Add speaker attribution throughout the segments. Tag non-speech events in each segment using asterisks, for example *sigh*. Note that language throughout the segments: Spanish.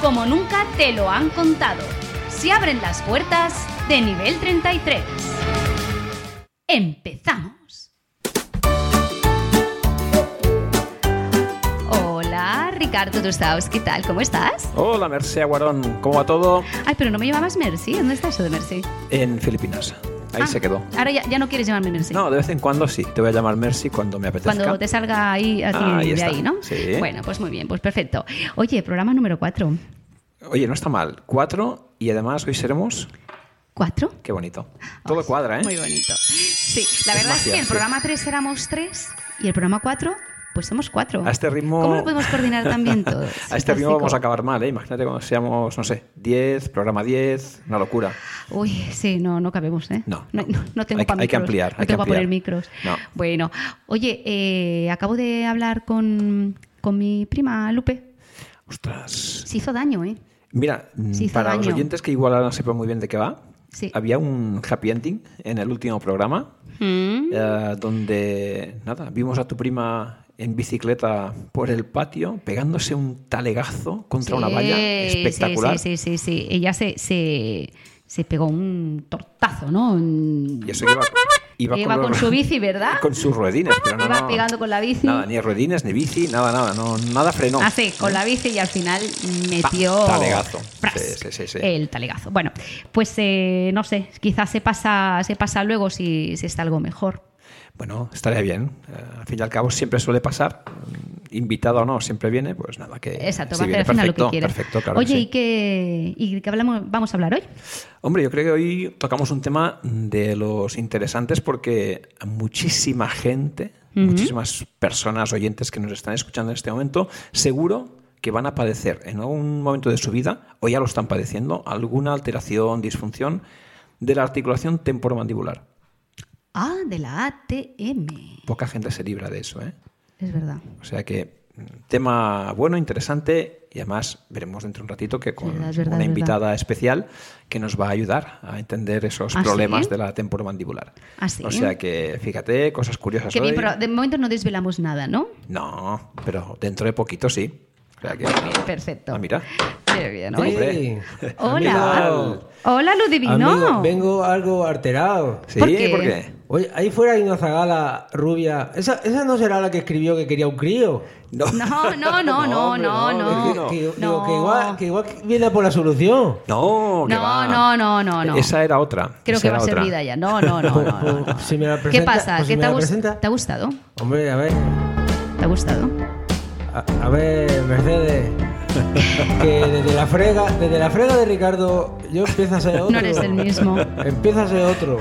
Speaker 1: como nunca te lo han contado. Se abren las puertas de nivel 33. Empezamos. Hola, Ricardo Tutu Saus, ¿qué tal? ¿Cómo estás?
Speaker 2: Hola, Mercé Guarón. ¿Cómo va todo?
Speaker 1: Ay, pero no me llamabas Mercy. ¿Dónde está eso de Mercy?
Speaker 2: En Filipinas. Ahí
Speaker 1: Ah,
Speaker 2: se quedó.
Speaker 1: Ahora ya, ya no quieres llamarme Mercy.
Speaker 2: No, de vez en cuando sí. Te voy a llamar Mercy cuando me apetezca.
Speaker 1: Cuando te salga ahí a ti
Speaker 2: Ah, ahí
Speaker 1: de
Speaker 2: está.
Speaker 1: ahí, ¿no?
Speaker 2: Sí.
Speaker 1: Bueno, pues muy bien, pues perfecto. Oye, programa número 4.
Speaker 2: Oye, no está mal. Cuatro y además hoy seremos...
Speaker 1: ¿Cuatro?
Speaker 2: Qué bonito. Todo cuadra, ¿eh?
Speaker 1: Muy bonito. Sí, la
Speaker 2: Es
Speaker 1: verdad es,
Speaker 2: magia,
Speaker 1: que el
Speaker 2: sí.
Speaker 1: programa 3 éramos 3 y el programa 4, pues somos 4.
Speaker 2: A este ritmo...
Speaker 1: ¿Cómo lo podemos coordinar
Speaker 2: *laughs*
Speaker 1: también todos?
Speaker 2: a este ritmo
Speaker 1: Fantástico.
Speaker 2: vamos a acabar mal, ¿eh? Imagínate cuando seamos, no sé, 10, programa 10, una locura.
Speaker 1: Uy, sí, no, no cabemos, ¿eh?
Speaker 2: No,
Speaker 1: no,
Speaker 2: no.
Speaker 1: no tengo
Speaker 2: Hay que-
Speaker 1: para
Speaker 2: hay que ampliar,
Speaker 1: No
Speaker 2: hay que
Speaker 1: tengo para poner
Speaker 2: ampliar.
Speaker 1: micros.
Speaker 2: No.
Speaker 1: Bueno, oye, eh, acabo de hablar con, con mi prima Lupe.
Speaker 2: Ostras.
Speaker 1: Se hizo daño, ¿eh?
Speaker 2: Mira, mm,
Speaker 1: Sí, hizo
Speaker 2: para
Speaker 1: daño.
Speaker 2: los oyentes que igual ahora no sepan muy bien de qué va,
Speaker 1: Sí.
Speaker 2: había un happy ending en el último programa. Eh, donde nada, vimos a tu prima en bicicleta por el patio pegándose un talegazo contra una valla
Speaker 1: Sí,
Speaker 2: espectacular.
Speaker 1: Sí, sí, sí, sí. Ella se, se, se pegó un tortazo, ¿no? Un-
Speaker 2: Y eso que iba,
Speaker 1: Iba con
Speaker 2: los-
Speaker 1: su bici, ¿verdad?
Speaker 2: *laughs* Con sus ruedines, pero no,
Speaker 1: Iba
Speaker 2: no,
Speaker 1: pegando con la bici.
Speaker 2: Nada, ni ruedines, ni bici, nada, nada, no, nada frenó. ¿Eh?
Speaker 1: Así, Ah, con la bici y al final metió.
Speaker 2: Pa, talegazo.
Speaker 1: Pras,
Speaker 2: Sí, sí, sí, sí.
Speaker 1: El talegazo. Bueno, pues eh, no sé, quizás se pasa, se pasa luego si, si está algo mejor.
Speaker 2: Bueno, estaría bien. Eh, al fin y al cabo siempre suele pasar. Mm, Invitado o no, siempre viene, pues nada, que
Speaker 1: Exacto,
Speaker 2: si
Speaker 1: va a hacer
Speaker 2: viene,
Speaker 1: al final
Speaker 2: perfecto,
Speaker 1: lo que quiere.
Speaker 2: Perfecto, claro que
Speaker 1: Oye,
Speaker 2: sí.
Speaker 1: ¿y qué, y de qué hablamos, vamos a hablar hoy?
Speaker 2: Hombre, yo creo que hoy tocamos un tema de los interesantes porque a muchísima gente, muchísimas personas oyentes que nos están escuchando en este momento, seguro que van a padecer en algún momento de su vida, o ya lo están padeciendo, alguna alteración, disfunción de la articulación temporomandibular.
Speaker 1: Ah, de la ATM.
Speaker 2: Poca gente se libra de eso, ¿eh?
Speaker 1: Es verdad.
Speaker 2: O sea que mm, tema bueno, interesante y además veremos dentro de un ratito que con
Speaker 1: Es verdad, es verdad,
Speaker 2: una
Speaker 1: es verdad.
Speaker 2: invitada especial que nos va a ayudar a entender esos
Speaker 1: ¿Ah,
Speaker 2: problemas
Speaker 1: sí?
Speaker 2: de la temporomandibular.
Speaker 1: ¿Ah, sí?
Speaker 2: O sea que fíjate, cosas curiosas
Speaker 1: Que bien,
Speaker 2: Pues hoy.
Speaker 1: pero de momento no desvelamos nada, ¿no?
Speaker 2: No, pero dentro de poquito sí. O sea que-
Speaker 1: Muy bien, perfecto.
Speaker 2: Ah, mira.
Speaker 1: Muy bien,
Speaker 2: Hombre.
Speaker 1: oye. *laughs* Hola.
Speaker 3: Amigo.
Speaker 1: Hola, Ludivino.
Speaker 3: Amigo, vengo algo alterado.
Speaker 2: Sí,
Speaker 1: ¿Por qué?
Speaker 3: Oye, ahí fuera hay una zagala rubia. ¿Esa, esa no será la que escribió que quería un crío.
Speaker 2: No.
Speaker 1: No, no, no, no,
Speaker 2: hombre,
Speaker 1: no, no.
Speaker 2: no.
Speaker 3: Que, que-
Speaker 1: No.
Speaker 3: digo, que igual, que igual viene a por la solución.
Speaker 2: *laughs* No, que
Speaker 1: No,
Speaker 2: va.
Speaker 1: no, no, no, no.
Speaker 2: Esa era otra.
Speaker 1: Creo
Speaker 2: Esa
Speaker 1: que va
Speaker 2: era
Speaker 1: a ser
Speaker 2: otra.
Speaker 1: vida ya. No, no, no, no. no, no.
Speaker 3: Si me la
Speaker 1: ¿Qué
Speaker 3: presenta,
Speaker 1: pasa?
Speaker 3: pues si
Speaker 1: ¿Qué
Speaker 3: me
Speaker 1: te, ha
Speaker 3: la
Speaker 1: gust-
Speaker 3: presenta.
Speaker 1: te ha gustado?
Speaker 3: Hombre, a ver,
Speaker 1: ¿Te ha gustado?
Speaker 3: a, a ver,
Speaker 1: *laughs*
Speaker 3: Mercedes. que desde la frega, desde la frega de Ricardo, yo empiezo a ser otro.
Speaker 1: No eres el mismo.
Speaker 3: Empiezo a ser otro.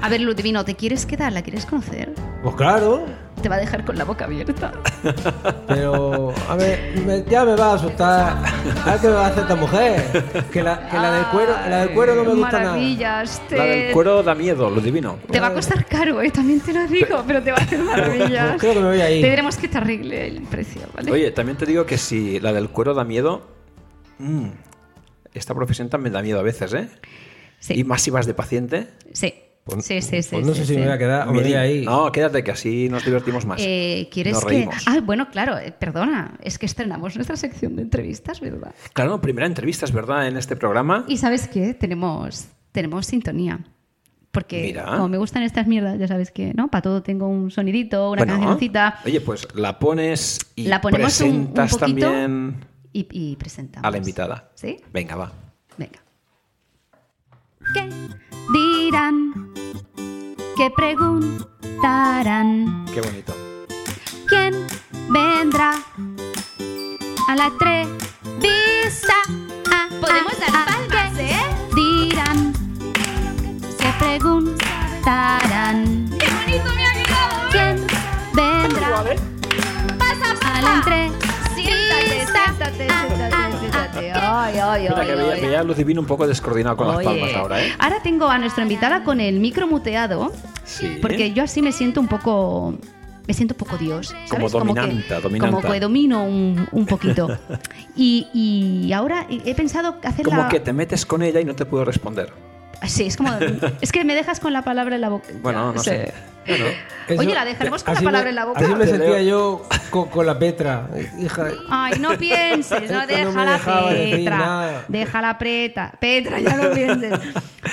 Speaker 1: A ver, Ludivino, ¿te quieres quedar? ¿La quieres conocer?
Speaker 3: Pues claro.
Speaker 1: Te va a dejar con la boca abierta.
Speaker 3: Pero, a ver, me- ya me va a asustar. A ver qué me va a hacer esta mujer. Que la, que la del cuero, la del cuero no me
Speaker 1: Ay,
Speaker 3: gusta nada.
Speaker 1: Maravillas. Te...
Speaker 2: La del cuero da miedo, lo divino.
Speaker 1: Te va a costar caro, ¿eh? también te lo digo, pero te va a
Speaker 3: *laughs*
Speaker 1: hacer maravillas.
Speaker 3: Creo que me voy a ir.
Speaker 1: Tendremos que te arregle el precio, ¿vale?
Speaker 2: Oye, también te digo que si la del cuero da miedo, mm, esta profesión también da miedo a veces, ¿eh?
Speaker 1: sí,
Speaker 2: Y más si vas de paciente.
Speaker 1: sí.
Speaker 2: Pues-
Speaker 1: sí, sí, sí.
Speaker 3: Pues no
Speaker 1: sí,
Speaker 3: sé si
Speaker 1: sí.
Speaker 3: me voy a quedar o me voy a ir.
Speaker 2: No, quédate que así nos divertimos más.
Speaker 1: Eh, ¿Quieres
Speaker 2: Nos
Speaker 1: que.?
Speaker 2: reímos.
Speaker 1: Ah, bueno, claro, eh, perdona, es que estrenamos nuestra sección de entrevistas, ¿verdad?
Speaker 2: Claro, no, primera entrevista, es verdad, en este programa.
Speaker 1: Y sabes qué? Tenemos, tenemos sintonía. Porque
Speaker 2: Mira.
Speaker 1: como me gustan estas mierdas, ya sabes que, ¿no? Para todo tengo un sonidito, una
Speaker 2: Bueno,
Speaker 1: cancioncita.
Speaker 2: Oye, pues la pones y
Speaker 1: La ponemos un- un
Speaker 2: presentas
Speaker 1: poquito
Speaker 2: también
Speaker 1: Y, y presentamos.
Speaker 2: a la invitada.
Speaker 1: ¿Sí?
Speaker 2: Venga, va.
Speaker 1: Venga. ¿Qué dirán? ¿Qué preguntarán?
Speaker 2: Qué bonito.
Speaker 1: ¿Quién vendrá a la Ah, entrevista? Podemos dar palmas, ¿eh? Dirán, se preguntarán. ¡Qué bonito me ha quedado! ¿Quién vendrá a en la entre.
Speaker 4: Siéntate, siéntate, siéntate, siéntate. Ay, ay,
Speaker 2: Mira,
Speaker 4: ay.
Speaker 2: que veía,
Speaker 4: ay.
Speaker 2: veía a Luz Divina un poco descoordinada con las
Speaker 4: Oye.
Speaker 2: palmas ahora, ¿eh?
Speaker 1: Ahora tengo a nuestra invitada con el micro muteado,
Speaker 2: Sí.
Speaker 1: porque yo así me siento un poco... Me siento un poco Dios. ¿sabes?
Speaker 2: Como dominanta,
Speaker 1: que,
Speaker 2: dominanta.
Speaker 1: Como que domino un, un poquito.
Speaker 2: *laughs*
Speaker 1: Y, y ahora he pensado hacer
Speaker 2: Como
Speaker 1: la...
Speaker 2: que te metes con ella y no te puedo responder.
Speaker 1: Sí, es
Speaker 2: *laughs*
Speaker 1: como... Es que me dejas con la palabra en la boca.
Speaker 2: Bueno, no
Speaker 1: Sí.
Speaker 2: sé. Bueno,
Speaker 1: Oye, la dejaremos con la
Speaker 3: así
Speaker 1: palabra
Speaker 3: me-
Speaker 1: en la boca.
Speaker 3: Así me
Speaker 2: Te
Speaker 3: sentía
Speaker 2: leo.
Speaker 3: yo con, con la Petra. Hija,
Speaker 1: Ay, no pienses, no
Speaker 3: Es que no
Speaker 1: deja
Speaker 3: me
Speaker 1: la
Speaker 3: dejaba decir
Speaker 1: Petra.
Speaker 3: nada.
Speaker 1: Deja la Petra. Petra, ya no pienses.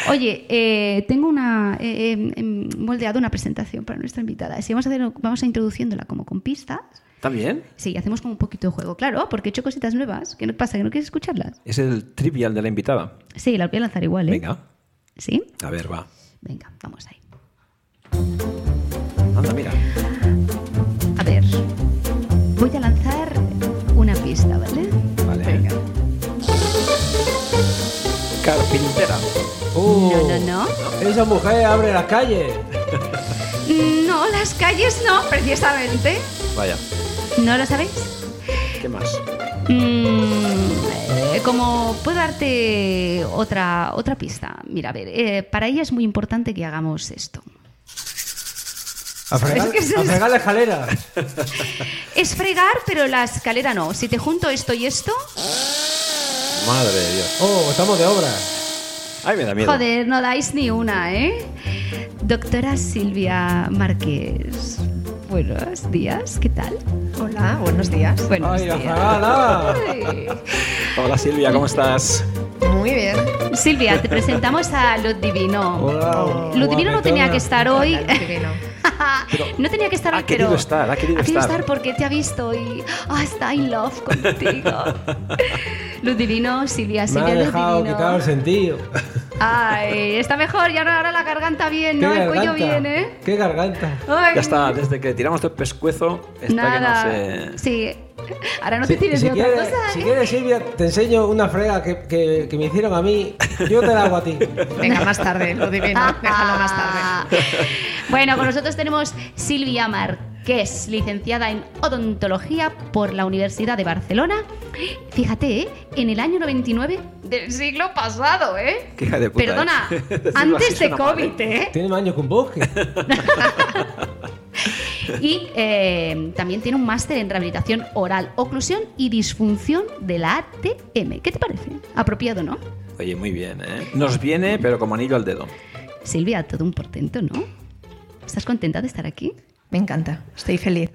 Speaker 1: Oye, eh, tengo una. eh, eh, em, moldeado una presentación para nuestra invitada. Si vamos a, hacer, vamos a introduciéndola como con pistas.
Speaker 2: ¿También?
Speaker 1: Sí, hacemos como un poquito de juego, claro, porque he hecho cositas nuevas. ¿Qué nos pasa? ¿Que no quieres escucharlas?
Speaker 2: Es el trivial de la invitada.
Speaker 1: Sí, la voy a lanzar igual, ¿eh?
Speaker 2: Venga,
Speaker 1: ¿Sí?
Speaker 2: a ver, va.
Speaker 1: Venga, vamos ahí.
Speaker 2: Anda, mira.
Speaker 1: A ver. Voy a lanzar una pista, ¿vale?
Speaker 2: Vale. Carpintera.
Speaker 3: uh,
Speaker 1: No, no, no.
Speaker 3: Esa mujer abre las calles.
Speaker 1: Mm, No, las calles no, precisamente.
Speaker 2: Vaya.
Speaker 1: ¿No lo sabéis?
Speaker 2: ¿Qué más?
Speaker 1: Mm, eh, como puedo darte otra, otra pista. Mira, a ver, eh, para ella es muy importante que hagamos esto.
Speaker 3: A fregar,
Speaker 1: Es que es-
Speaker 3: a fregar la escalera.
Speaker 1: Es fregar, pero la escalera no. Si te junto esto y esto,
Speaker 2: Madre de Dios.
Speaker 3: Oh, estamos de obra.
Speaker 2: Ay, me da miedo.
Speaker 1: joder, no dais ni una, ¿eh? Doctora Silvia Márquez. Buenos días, ¿qué tal?
Speaker 4: Hola, buenos días.
Speaker 1: Buenos
Speaker 3: Ay, a
Speaker 1: días.
Speaker 3: fregar nada.
Speaker 1: Ay.
Speaker 2: Hola Silvia, ¿cómo estás?
Speaker 4: Muy bien.
Speaker 1: Silvia, te presentamos a Luz Divino.
Speaker 3: Hola,
Speaker 1: Luz Divino no
Speaker 3: guapetona.
Speaker 1: tenía que estar hoy.
Speaker 4: Hola, divino.
Speaker 1: no tenía que estar
Speaker 2: ha
Speaker 1: hoy,
Speaker 2: querido
Speaker 1: pero
Speaker 2: estar, ha querido estar.
Speaker 1: porque te ha visto y ah, está in love contigo.
Speaker 2: *laughs*
Speaker 1: Luz Divino, Silvia,
Speaker 3: Me ha
Speaker 1: Silvia, Luz
Speaker 3: dejado
Speaker 1: Divino.
Speaker 3: quitado el sentido.
Speaker 1: Ay, está mejor, ya no- ahora la garganta bien,
Speaker 3: Qué
Speaker 1: ¿no? El
Speaker 3: garganta.
Speaker 1: cuello bien, ¿eh?
Speaker 3: Qué garganta.
Speaker 1: Ay,
Speaker 2: Ya está, desde que tiramos del pescuezo, está
Speaker 1: Nada.
Speaker 2: que no se...
Speaker 1: Sí. Ahora no
Speaker 3: Si,
Speaker 1: te tires
Speaker 3: si
Speaker 1: de otra
Speaker 3: quieres,
Speaker 1: cosa.
Speaker 3: si
Speaker 1: ¿eh?
Speaker 3: quieres, Silvia, te enseño una frega que, que- que me hicieron a mí. Yo te la hago a ti.
Speaker 4: Venga, más tarde, lo divino.
Speaker 1: *laughs*
Speaker 4: Déjalo más tarde.
Speaker 1: Bueno, con nosotros tenemos Silvia Marqués, licenciada en odontología por la Universidad de Barcelona. Fíjate, ¿eh? en el año 99 del siglo pasado, ¿eh?
Speaker 2: Qué hija de puta, *laughs*
Speaker 1: Perdona,
Speaker 2: ¿eh? Decirlo así
Speaker 1: antes de
Speaker 2: suena mal, ¿eh?
Speaker 1: COVID, ¿eh?
Speaker 3: Tiene más años que un bosque.
Speaker 1: Y eh, también tiene un máster en rehabilitación oral, oclusión y disfunción de la ATM. ¿Qué te parece? Apropiado, ¿no?
Speaker 2: Oye, muy bien, ¿eh? Nos viene, pero como anillo al dedo.
Speaker 1: Silvia, todo un portento, ¿no? ¿Estás contenta de estar aquí?
Speaker 4: Me encanta, estoy feliz.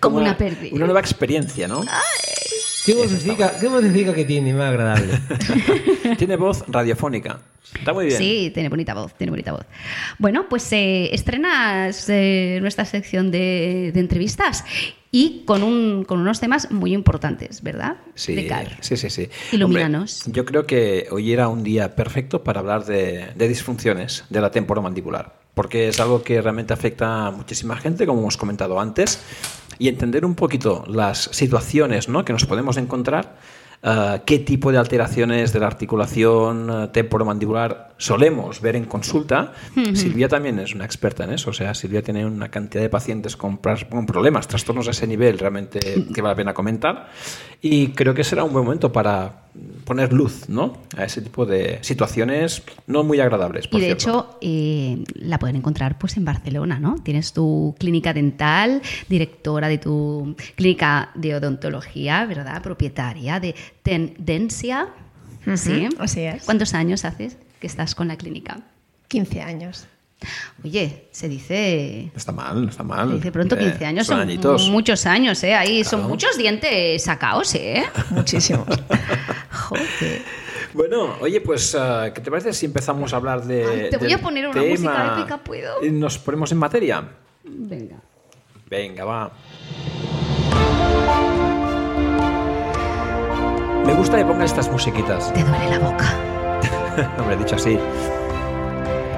Speaker 1: Como una Ah. perdi.
Speaker 2: Una nueva experiencia, ¿no?
Speaker 3: ¿Qué vocecica, ¿Qué vocecica que tiene más agradable?
Speaker 2: Tiene voz radiofónica. Está muy bien.
Speaker 1: Sí, tiene bonita voz, tiene bonita voz. Bueno, pues eh, estrenas eh, nuestra sección de, de entrevistas y con, un- con unos temas muy importantes, ¿verdad?
Speaker 2: Sí,
Speaker 1: Ricardo?
Speaker 2: sí, sí, sí.
Speaker 1: Ilumínanos.
Speaker 2: Hombre, yo creo que hoy era un día perfecto para hablar de, de disfunciones de la temporomandibular, porque es algo que realmente afecta a muchísima gente, como hemos comentado antes, y entender un poquito las situaciones ¿no? que nos podemos encontrar, ah, qué tipo de alteraciones de la articulación ah, temporomandibular solemos ver en consulta. Silvia también es una experta en eso, o sea, Silvia tiene una cantidad de pacientes con, pras- con problemas, trastornos a ese nivel realmente que vale la pena comentar, y creo que será un buen momento para poner luz ¿no? a ese tipo de situaciones no muy agradables. Por
Speaker 1: Y de
Speaker 2: cierto.
Speaker 1: hecho eh, la pueden encontrar pues en Barcelona, ¿no? Tienes tu clínica dental, directora de tu clínica de odontología, ¿verdad? Propietaria de Tendencia.
Speaker 4: Ujú,
Speaker 1: ¿Sí?
Speaker 4: así es.
Speaker 1: ¿Cuántos años haces que estás con la clínica?
Speaker 4: 15 años.
Speaker 1: Oye, se dice
Speaker 2: No está mal, no está mal.
Speaker 1: Dice pronto
Speaker 2: Eh,
Speaker 1: 15 años,
Speaker 2: son
Speaker 1: son
Speaker 2: añitos.
Speaker 1: muchos años, ¿eh? Ahí son
Speaker 2: Claro.
Speaker 1: muchos dientes sacados,
Speaker 2: *laughs*
Speaker 1: ¿eh?
Speaker 4: Muchísimos.
Speaker 1: Joder.
Speaker 2: Bueno, oye, pues, ah, ¿qué te parece si empezamos a hablar de.
Speaker 1: Ay, te voy
Speaker 2: del
Speaker 1: a poner una
Speaker 2: tema?
Speaker 1: música épica, ¿puedo?
Speaker 2: Y nos ponemos en materia.
Speaker 1: Venga.
Speaker 2: Venga, va. Me gusta que pongas estas musiquitas. *laughs*
Speaker 1: Te duele la boca.
Speaker 2: No me he dicho así.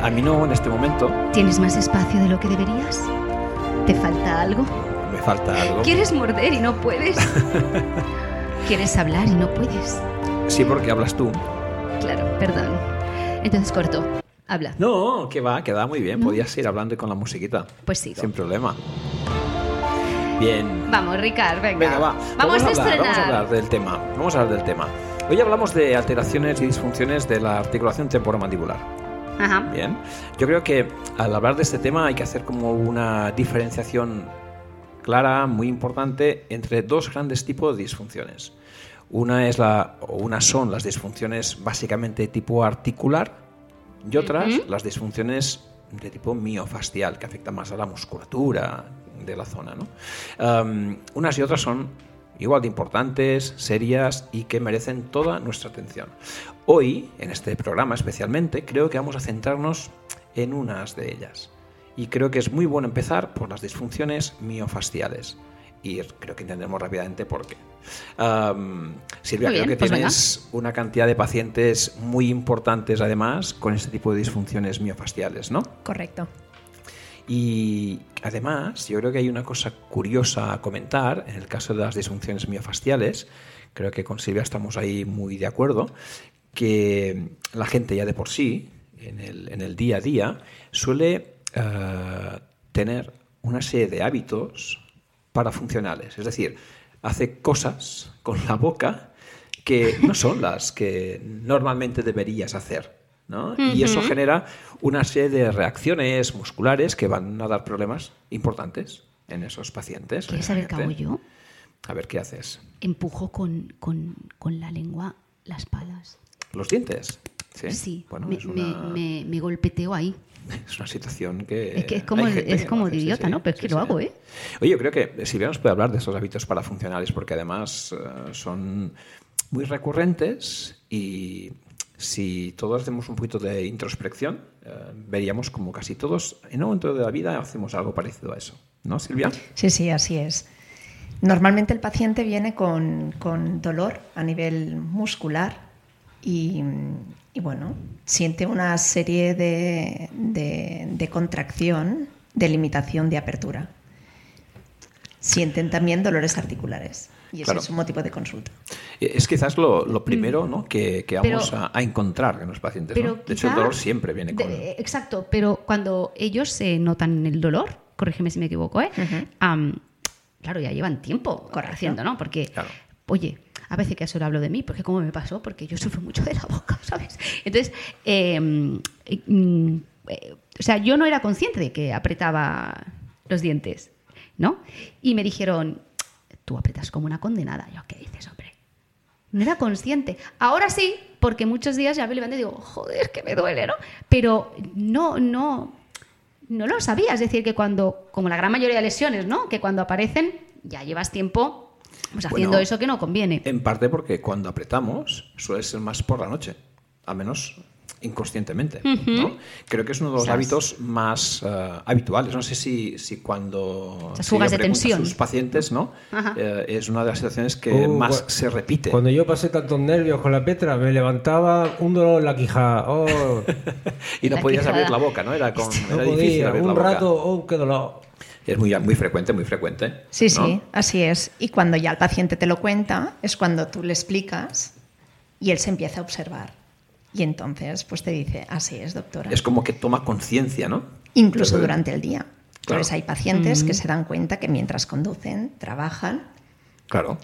Speaker 2: A mí no, en este momento.
Speaker 1: ¿Tienes más espacio de lo que deberías? ¿Te falta algo?
Speaker 2: Me falta algo.
Speaker 1: ¿Quieres morder y no puedes? *laughs* ¿Quieres hablar y no puedes?
Speaker 2: Sí, porque hablas tú.
Speaker 1: Claro, perdón. Entonces corto. Habla.
Speaker 2: No, que va, queda muy bien. Podías ir hablando y con la musiquita.
Speaker 1: Pues sigo.
Speaker 2: Sin problema. Bien.
Speaker 1: Vamos, Ricard, venga.
Speaker 2: Venga, va.
Speaker 1: Vamos,
Speaker 2: a
Speaker 1: a
Speaker 2: hablar, vamos a
Speaker 1: estrenar.
Speaker 2: hablar del tema. Vamos a hablar del tema. Hoy hablamos de alteraciones y disfunciones de la articulación temporomandibular.
Speaker 1: Ajá.
Speaker 2: Bien. Yo creo que al hablar de este tema hay que hacer como una diferenciación clara, muy importante, entre dos grandes tipos de disfunciones. Una es la, o una son las disfunciones básicamente tipo articular y otras las disfunciones de tipo miofascial, que afectan más a la musculatura de la zona. ¿no? Em, unas y otras son igual de importantes, serias y que merecen toda nuestra atención. Hoy, en este programa especialmente, creo que vamos a centrarnos en unas de ellas. Y creo que es muy bueno empezar por las disfunciones miofasciales. Y creo que entendemos rápidamente por qué. Am, Silvia,
Speaker 1: Muy
Speaker 2: creo
Speaker 1: bien,
Speaker 2: que
Speaker 1: pues venga.
Speaker 2: tienes una cantidad de pacientes muy importantes, además, con este tipo de disfunciones miofasciales, ¿no?
Speaker 5: *laughs* Correcto.
Speaker 2: Y además, yo creo que hay una cosa curiosa a comentar en el caso de las disfunciones miofasciales. Creo que con Silvia estamos ahí muy de acuerdo. Que la gente ya de por sí, en el, en el día a día, suele eh, tener una serie de hábitos parafuncionales. Es decir, hace cosas con la boca que no son las que normalmente deberías hacer. ¿no? Y eso genera una serie de reacciones musculares que van a dar problemas importantes en esos pacientes.
Speaker 1: ¿Quieres saber qué hago
Speaker 2: obviamente.
Speaker 1: yo?
Speaker 2: A ver qué haces.
Speaker 1: Empujo con, con, con la lengua las palas.
Speaker 2: Los dientes. Sí,
Speaker 1: Sí,
Speaker 2: Bueno,
Speaker 1: me,
Speaker 2: es, una,
Speaker 1: me- me- me golpeteo ahí.
Speaker 2: es una situación que.
Speaker 1: Es que es como-
Speaker 2: hay gente
Speaker 1: es
Speaker 2: lo
Speaker 1: como
Speaker 2: hace,
Speaker 1: de idiota, ¿no? Pero es que lo hago, ¿eh?
Speaker 2: Oye, yo creo que Silvia nos puede hablar de esos hábitos parafuncionales porque además eh, son muy recurrentes y si todos hacemos un poquito de introspección, eh, veríamos como casi todos en un momento de la vida hacemos algo parecido a eso. ¿No, Silvia?
Speaker 5: Sí, sí, así es. Normalmente el paciente viene con, con dolor a nivel muscular y, y, bueno, siente una serie de, de- de contracción, de limitación de apertura. Sienten también dolores articulares y ese
Speaker 2: Claro.
Speaker 5: es un motivo de consulta.
Speaker 2: Eh, Es quizás lo, lo primero ¿no? que, que
Speaker 1: Mm. Pero-
Speaker 2: vamos a, a encontrar en los pacientes. ¿no?
Speaker 1: Pero
Speaker 2: De hecho, el
Speaker 1: quizá-
Speaker 2: dolor siempre viene
Speaker 1: de-
Speaker 2: con...
Speaker 1: eh, exacto, pero cuando ellos se notan el dolor, corrígeme si me equivoco, ¿eh?
Speaker 5: Ujú.
Speaker 1: Am, claro, ya llevan tiempo
Speaker 5: Correcto.
Speaker 1: haciendo, ¿no? Porque,
Speaker 2: Claro.
Speaker 1: oye, a veces que eso hablo de mí, porque como me pasó, porque yo sufro mucho de la boca, *laughs* ¿sabes? Entonces, eh, mm, eh, mm, eh, o sea, yo no era consciente de que apretaba los dientes, ¿no? Y me dijeron, tú apretas como una condenada. Yo, ¿qué dices, hombre? No era consciente. Ahora sí, porque muchos días ya me levanto y digo, joder, es que me duele, ¿no? Pero no, no, no lo sabía. Es decir, que cuando, como la gran mayoría de lesiones, ¿no? Que cuando aparecen, ya llevas tiempo pues, haciendo
Speaker 2: Bueno, Eh,
Speaker 1: eso que no conviene.
Speaker 2: En parte porque cuando apretamos suele ser más por la noche, a menos inconscientemente. ¿no? Creo que es uno de los
Speaker 1: ¿Sabes?
Speaker 2: hábitos más eh, habituales. No sé si, si cuando
Speaker 1: Esas
Speaker 2: Silvia
Speaker 1: fugas de
Speaker 2: pregunta
Speaker 1: tensión.
Speaker 2: a sus pacientes, ¿no?
Speaker 1: Ajá.
Speaker 2: Eh, es una de las situaciones que
Speaker 3: Uh,
Speaker 2: más
Speaker 3: cua-
Speaker 2: se repite.
Speaker 3: Cuando yo pasé tantos nervios con la Petra, me levantaba un dolor en la quijada.
Speaker 2: *laughs*
Speaker 3: Oh,
Speaker 2: Y no
Speaker 1: La
Speaker 2: podías
Speaker 1: quijada.
Speaker 2: abrir la boca, ¿no? Era, con-
Speaker 3: no
Speaker 2: era difícil
Speaker 3: podía.
Speaker 2: abrir la
Speaker 3: Un
Speaker 2: boca.
Speaker 3: rato, oh, qué dolor.
Speaker 2: Es muy, muy frecuente, muy frecuente.
Speaker 5: Sí,
Speaker 2: ¿no?
Speaker 5: sí, así es. Y cuando ya el paciente te lo cuenta, es cuando tú le explicas y él se empieza a observar. Y entonces, pues te dice, así es, doctora.
Speaker 2: Es como que toma conciencia, ¿no?
Speaker 5: Incluso
Speaker 2: Entonces,
Speaker 5: durante el día.
Speaker 2: Claro.
Speaker 5: Entonces hay pacientes
Speaker 2: Mm.
Speaker 5: que se dan cuenta que mientras conducen, trabajan,
Speaker 2: Claro.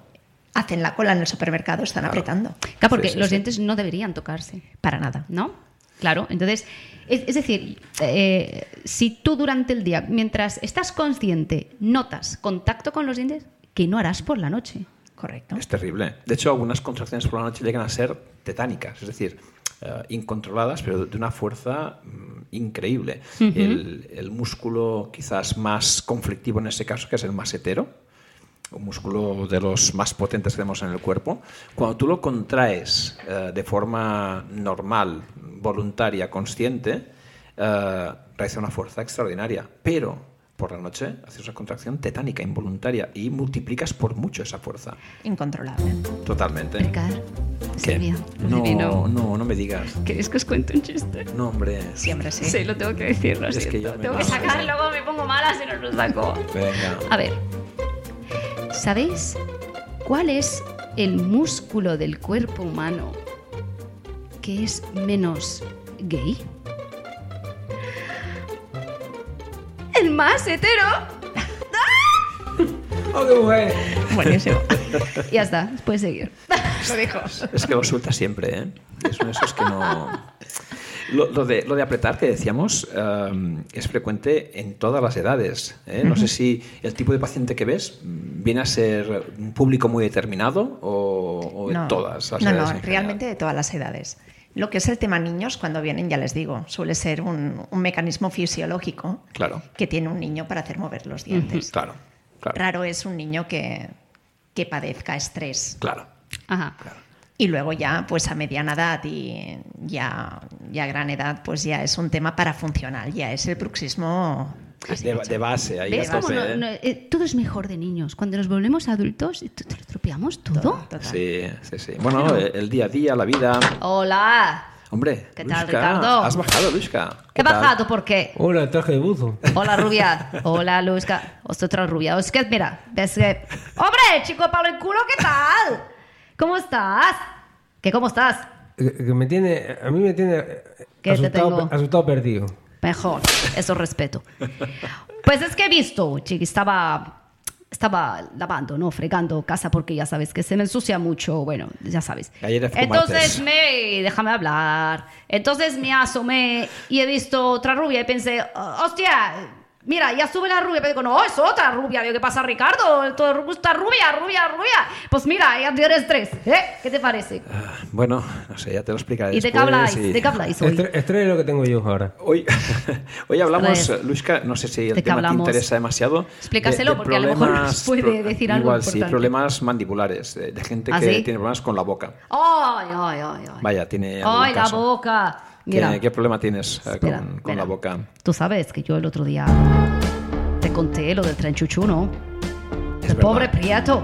Speaker 5: hacen la cola en el supermercado, están
Speaker 2: Claro.
Speaker 5: apretando.
Speaker 1: Claro, porque
Speaker 2: Sí, sí,
Speaker 1: los
Speaker 2: sí.
Speaker 1: dientes no deberían tocarse.
Speaker 5: Para nada.
Speaker 1: ¿no? Claro, entonces, es, es decir, eh, si tú durante el día, mientras estás consciente, notas contacto con los dientes, que no harás por la noche.
Speaker 5: Correcto.
Speaker 2: Es terrible. De hecho, algunas contracciones por la noche llegan a ser tetánicas, es decir, eh, incontroladas, pero de una fuerza mm, increíble. el, el músculo quizás más conflictivo en ese caso, que es el masetero, un músculo de los más potentes que tenemos en el cuerpo, cuando tú lo contraes eh, de forma normal, voluntaria, consciente, eh, realiza una fuerza extraordinaria. Pero por la noche haces una contracción tetánica, involuntaria, y multiplicas por mucho esa fuerza.
Speaker 5: Incontrolable.
Speaker 2: Totalmente.
Speaker 1: Ricardo,
Speaker 2: ¿Qué?
Speaker 1: Silvia,
Speaker 2: No,
Speaker 1: divino.
Speaker 2: no, no me digas.
Speaker 1: ¿Queréis que os cuente un chiste?
Speaker 2: No, hombre.
Speaker 5: Siempre sí.
Speaker 1: Sí, lo tengo que decir, lo
Speaker 2: Es que
Speaker 1: siento.
Speaker 2: yo me
Speaker 1: tengo que
Speaker 2: paso.
Speaker 1: sacar, luego me pongo mala si no lo saco.
Speaker 2: Venga.
Speaker 5: *laughs*
Speaker 1: A ver, ¿sabéis cuál es el músculo del cuerpo humano que es menos gay? El más hetero.
Speaker 3: ¡Oh, qué mujer!
Speaker 5: Buenísimo.
Speaker 2: *laughs*
Speaker 4: Ya está, puedes seguir. Lo dejo.
Speaker 2: Es que lo suelta siempre, ¿eh? Es uno de esos que
Speaker 5: *laughs*
Speaker 2: no... Lo, lo de, lo de apretar que decíamos em, es frecuente en todas las edades. ¿eh? No sé si el tipo de paciente que ves mm, viene a ser un público muy determinado o, o de
Speaker 5: No,
Speaker 2: todas las
Speaker 5: no,
Speaker 2: edades.
Speaker 5: no,
Speaker 2: en general.
Speaker 5: realmente de todas las edades. Lo que es el tema niños, cuando vienen, ya les digo, suele ser un, un mecanismo fisiológico
Speaker 2: Claro.
Speaker 5: que tiene un niño para hacer mover los dientes.
Speaker 2: Claro, claro.
Speaker 5: Raro es un niño que, que padezca estrés.
Speaker 2: Claro.
Speaker 1: Ajá.
Speaker 5: Y luego ya, pues a mediana edad y ya, ya a gran edad, pues ya es un tema parafuncional, ya es el bruxismo.
Speaker 2: De, de base, ahí
Speaker 1: ¿Ves
Speaker 2: a
Speaker 1: cómo
Speaker 2: tope,
Speaker 1: no-
Speaker 2: ¿eh?
Speaker 1: no- eh, todo es mejor de niños? Cuando nos volvemos adultos, ¿t- ¿te lo tropeamos todo?
Speaker 5: Total.
Speaker 2: Sí, sí, sí. Bueno, eh, el día a día, la vida.
Speaker 1: Hola.
Speaker 2: Hombre,
Speaker 1: ¿Qué tal,
Speaker 2: Luisca,
Speaker 1: Ricardo?
Speaker 2: Has bajado, Luisca.
Speaker 1: He
Speaker 2: ¿Qué tal?
Speaker 1: bajado porque...
Speaker 3: Hola, traje de buzo.
Speaker 1: Hola, rubia. Hola, Luzca. Otra rubia. Es que, mira, ves que... ¡Hombre, chico de palo en culo, qué tal! ¿Cómo estás? ¿Qué cómo estás?
Speaker 3: Que, que me tiene, a mí me tiene eh,
Speaker 1: ¿Qué te
Speaker 3: asustado,
Speaker 1: tengo?
Speaker 3: pe- asustado perdido.
Speaker 1: Mejor, eso respeto. Pues es que he visto, chiqui, estaba, estaba lavando, ¿no? Fregando casa porque ya sabes que se me ensucia mucho, bueno, ya sabes.
Speaker 2: Ayer fue
Speaker 1: Entonces
Speaker 2: martes.
Speaker 1: me, déjame hablar. Entonces me asomé y he visto otra rubia y pensé, "Oh, hostia, mira, ya sube la rubia. Pero digo, no, es otra rubia. Digo, ¿qué pasa, Ricardo? Todo ru- está rubia, rubia, rubia. Pues mira, ya tienes tres, ¿eh? ¿Qué te parece?
Speaker 2: Ah, Bueno, no sé, ya te lo explicaré.
Speaker 1: ¿Y de qué
Speaker 2: Ah, después
Speaker 1: habláis?
Speaker 2: y-
Speaker 1: ¿De qué habláis hoy?
Speaker 3: Estre- Estrés es lo que tengo yo ahora.
Speaker 2: Hoy, *laughs* hoy hablamos,
Speaker 1: Estrés.
Speaker 2: Luisca, no sé si el
Speaker 1: ¿De qué
Speaker 2: tema te
Speaker 1: hablamos?
Speaker 2: interesa demasiado.
Speaker 1: Explícaselo, porque a lo mejor
Speaker 2: problemas-
Speaker 1: nos *laughs* puede decir algo
Speaker 2: Igual sí,
Speaker 1: importante.
Speaker 2: problemas mandibulares, de, de gente
Speaker 1: ¿Ah,
Speaker 2: que
Speaker 1: sí?
Speaker 2: tiene problemas con la boca.
Speaker 1: ¡Ay, ay, ay! ay.
Speaker 2: Vaya, tiene algún
Speaker 1: ¡Ay, la
Speaker 2: caso.
Speaker 1: boca!
Speaker 2: ¿Qué-
Speaker 1: Mira.
Speaker 2: ¿Qué, problema tienes eh,
Speaker 1: Espera,
Speaker 2: con, con
Speaker 1: espera.
Speaker 2: la boca?
Speaker 1: Tú sabes que yo el otro día te conté lo del tren chuchú, ¿no?
Speaker 2: Es
Speaker 1: el
Speaker 2: verdad.
Speaker 1: pobre Prieto.